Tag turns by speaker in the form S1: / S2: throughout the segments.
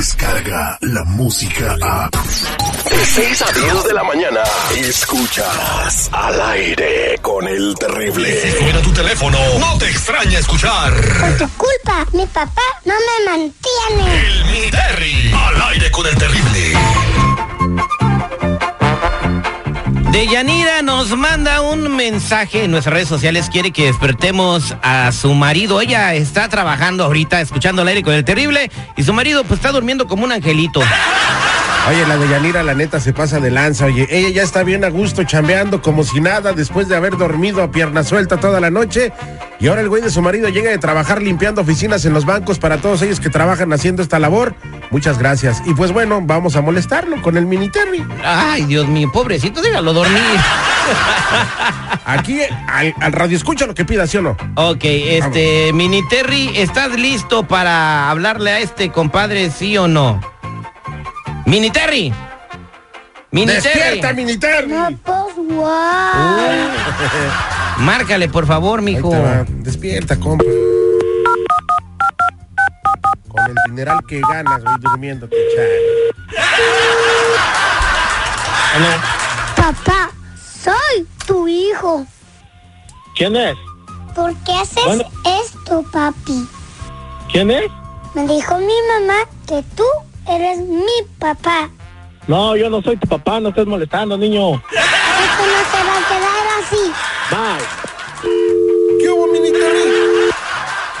S1: Escucha la música a.
S2: De 6 a 10 de la mañana. Escuchas al aire con el
S3: Si
S2: terrible.
S3: suena tu teléfono, no te extraña escuchar
S4: Por tu culpa, mi papá no me mantiene.
S3: el mini Terry al aire con el terrible.
S5: Deyanira nos manda un mensaje en nuestras redes sociales, quiere que despertemos a su marido. Ella está trabajando ahorita, escuchando al aire con el terrible, y su marido pues está durmiendo como un angelito.
S6: Oye, la de Yanira, la neta, se pasa de lanza. Oye, ella ya está bien a gusto, chambeando como si nada, después de haber dormido a pierna suelta toda la noche. Y ahora el güey de su marido llega de trabajar limpiando oficinas en los bancos para todos ellos que trabajan haciendo esta labor. Muchas gracias. Y pues bueno, vamos a molestarlo con el mini Terry.
S5: Ay, Dios mío, pobrecito, déjalo dormir.
S6: Aquí al, al radio escucha lo que pida, ¿sí o no?
S5: Ok, este, Mini Terry, ¿estás listo para hablarle a este compadre, sí o no? Mini Terry. Mini
S6: ¡Despierta,
S5: Terry.
S6: mini Terry!
S4: No, pues, wow.
S5: Márcale, por favor,
S6: Ahí
S5: mijo.
S6: te va. Despierta, compa. Con el dineral que ganas, güey, durmiendo, chale.
S7: Oh.
S4: Papá, soy tu hijo.
S7: ¿Quién es?
S4: ¿Por qué haces
S7: Bueno.
S4: esto, papi?
S7: ¿Quién es?
S4: Me dijo mi mamá que tú eres mi papá.
S7: No, yo no soy tu papá, no estés molestando, niño.
S4: Esto no se va a quedar así.
S7: Bye.
S6: ¿Qué hubo, mini Terry?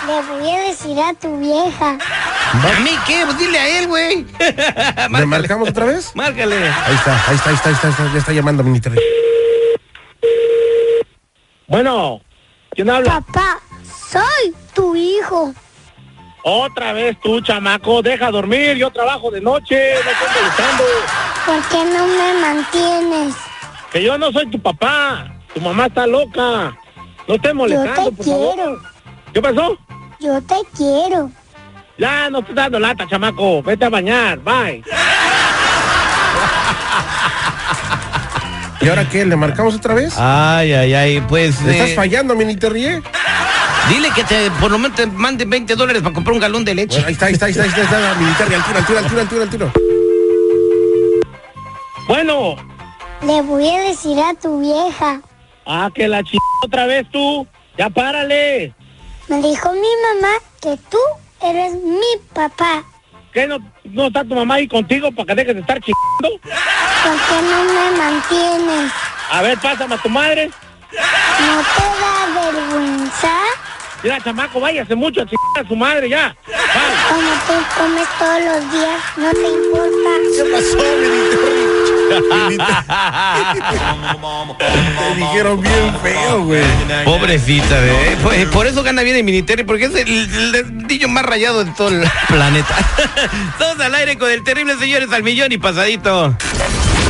S4: Le voy a decir a tu vieja.
S5: ¿A mí qué? Pues dile a él, güey.
S6: ¿Le
S5: Márcale.
S6: marcamos otra vez?
S5: Márcale.
S6: Ahí está, ahí está, ahí está, ahí está, ahí está, ya está llamando Mini Terry.
S7: Bueno, ¿quién habla?
S4: Papá, soy tu hijo.
S7: Otra vez tú, chamaco, deja dormir, yo trabajo de noche, no estoy molestando.
S4: ¿Por qué no me mantienes?
S7: Que yo no soy tu papá, tu mamá está loca. No estés molestando,
S4: Yo te
S7: por favor.
S4: quiero.
S7: ¿Qué pasó?
S4: Yo te quiero.
S7: Ya, no estés dando lata, chamaco, vete a bañar, bye.
S6: ¿Y ahora qué? ¿Le marcamos otra vez?
S5: Ay, ay, ay, pues.
S6: Le estás
S5: eh,
S6: fallando, Mini Terry. ¿eh?
S5: dile que te, por lo menos te manden 20 dólares para comprar un galón de leche.
S6: Bueno, ahí está, ahí está, ahí está, ahí está, Mini Terry, al tiro, al tiro, al tiro, al tiro, al tiro.
S7: Bueno,
S4: Le voy a decir a tu vieja.
S7: ah, que la ch... otra vez tú, ya párale.
S4: Me dijo mi mamá que tú eres mi papá.
S7: ¿Qué no, no está tu mamá ahí contigo para que dejes de estar chingando?
S4: ¿Por qué no me mantienes?
S7: A ver, pásame a tu madre.
S4: ¿No te da vergüenza?
S7: Mira, chamaco, váyase mucho a chingar a su madre ya. Vale.
S4: Como tú comes todos los días, no te importa.
S6: ¿Qué pasó, Mini Terry? Mini Terry. Te dijeron bien feo, güey.
S5: Pobrecita, eh. Pues, por eso gana bien el Miniterry, porque es el, el- el niño más rayado de todo el planeta. Todos al aire con el terrible señores al millón y pasadito.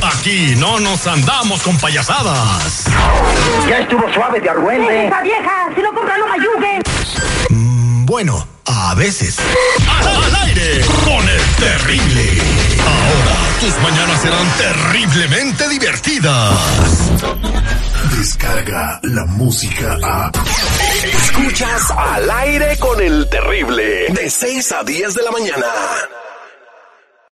S3: Aquí no nos andamos con payasadas.
S2: Ya estuvo suave de argüente.
S8: vieja! ¡Si no compra, no ayude!
S3: Bueno, a veces. Al, al aire con el terrible. Ahora tus mañanas serán terriblemente divertidas.
S1: Descarga la música a.
S2: Escuchas al aire con el terrible. De 6 a 10 de la mañana.